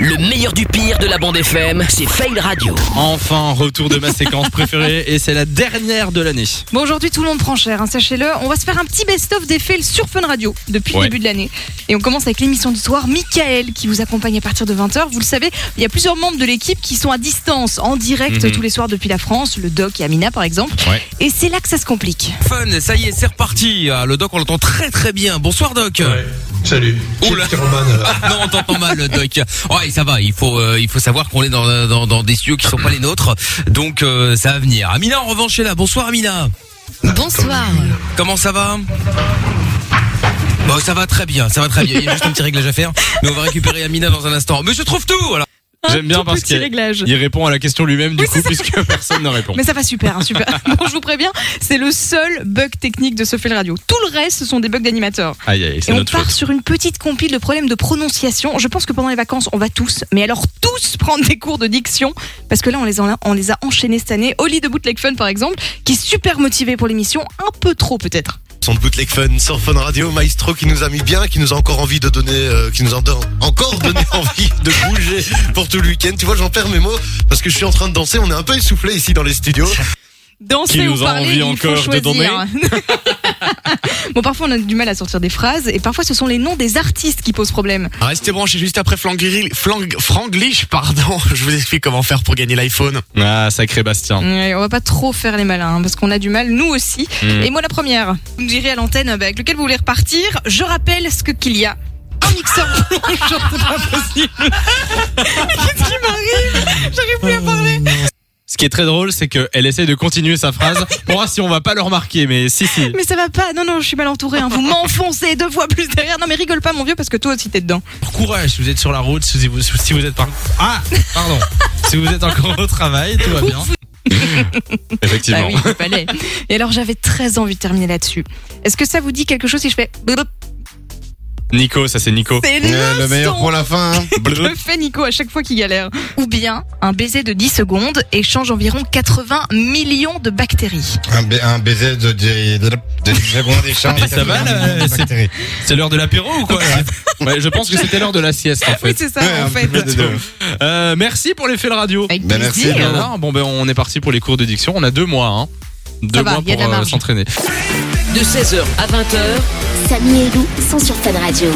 Le meilleur du pire de la bande FM, c'est Fail Radio. Enfin, retour de ma séquence préférée et c'est la dernière de l'année. Bon, aujourd'hui, tout le monde prend cher, hein, sachez-le. On va se faire un petit best-of des fails sur Fun Radio depuis Ouais. le début de l'année. Et on commence avec l'émission du soir, Michael, qui vous accompagne à partir de 20h. Vous le savez, il y a plusieurs membres de l'équipe qui sont à distance, en direct Mhm. tous les soirs depuis la France, le Doc et Amina, par exemple. Ouais. Et c'est là que ça se complique. Fun, ça y est, c'est reparti. Ah, le doc, on l'entend très très bien. Bonsoir doc. Ouais. Salut. C'est Oula. le pyromane, là. Ah, non, on t'entend mal, le doc. Ouais, ça va. Il faut, euh, il faut savoir qu'on est dans, dans, dans des studios qui sont pas les nôtres, donc euh, ça va venir. Amina, en revanche, est là. Bonsoir, Amina. Bonsoir. Comment ça va Bon, ça va très bien. Ça va très bien. Il y a juste un petit réglage à faire, mais on va récupérer Amina dans un instant. Mais je trouve tout. Voilà. J'aime bien parce petit qu'il réglage. il répond à la question lui-même du Oui, coup c'est ça. puisque personne ne répond. Mais ça va super, hein, super. bon, je vous préviens, c'est le seul bug technique de ce Fail Radio. Tout le reste, ce sont des bugs d'animateurs. Aïe aïe, Et c'est on notre part faute. sur une petite compile de problèmes de prononciation. Je pense que pendant les vacances, on va tous, mais alors tous, prendre des cours de diction. Parce que là, on les a, on les a enchaînés cette année. Oli de Bootleg Fun, par exemple, qui est super motivé pour l'émission, un peu trop peut-être. Son bootleg fun sur Fun Radio, Maestro qui nous a mis bien, qui nous a encore envie de donner, euh, qui nous a don- encore donné envie de bouger pour tout le week-end. Tu vois, j'en perds mes mots parce que je suis en train de danser. On est un peu essoufflé ici dans les studios. Danser Qui nous ou a parler, envie il encore de faut choisir. bon, parfois, on a du mal à sortir des phrases. Et parfois, ce sont les noms des artistes qui posent problème. Restez branchés juste après Flanguiril- Flang- Franglish, pardon. Je vous explique comment faire pour gagner l'iPhone. Ah, sacré Bastien. Ouais, on va pas trop faire les malins, hein, parce qu'on a du mal, nous aussi. Et moi, la première. Vous me direz à l'antenne bah, avec lequel vous voulez repartir. Je rappelle ce que qu'il y a. Un mixeur plongeant. C'est pas possible. Qu'est-ce qui m'arrive J'arrive plus à parler. Ce qui est très drôle, c'est qu'elle essaie de continuer sa phrase. Bon, ah, si on va pas le remarquer, mais si si. Mais ça va pas. Non, non, je suis mal entourée. hein. Vous m'enfoncez deux fois plus derrière. Non, mais rigole pas, mon vieux, parce que toi aussi, t'es dedans. Courage, si vous êtes sur la route, si vous, si vous êtes par... Ah, pardon. si vous êtes encore au travail, tout va bien. Bah Effectivement. oui, il fallait. Et alors, j'avais très envie de terminer là-dessus. Est-ce que ça vous dit quelque chose si je fais. blop Nico, ça c'est Nico. C'est le, son la fin. hein. Bleu. Le fait Nico à chaque fois qu'il galère. Ou bien un baiser de 10 secondes échange environ 80 millions de bactéries. Un, ba- un baiser de, de, de, de 10 secondes Ah, échange. Mais ça va, là, des c'est- bactéries. C'est l'heure de l'apéro ou quoi là Ouais, Je pense que c'était l'heure de la sieste en fait. c'est ça Ouais, un baiser de- Euh, merci pour l'effet le radio. Avec Ben, plaisir. merci, Bien, alors, bon ben on est parti pour les cours de diction. On a deux mois, hein. Deux va, mois il y a de pour la euh, marge. s'entraîner. De 16h à 20h, Samy et Lou sont sur Fan Radio.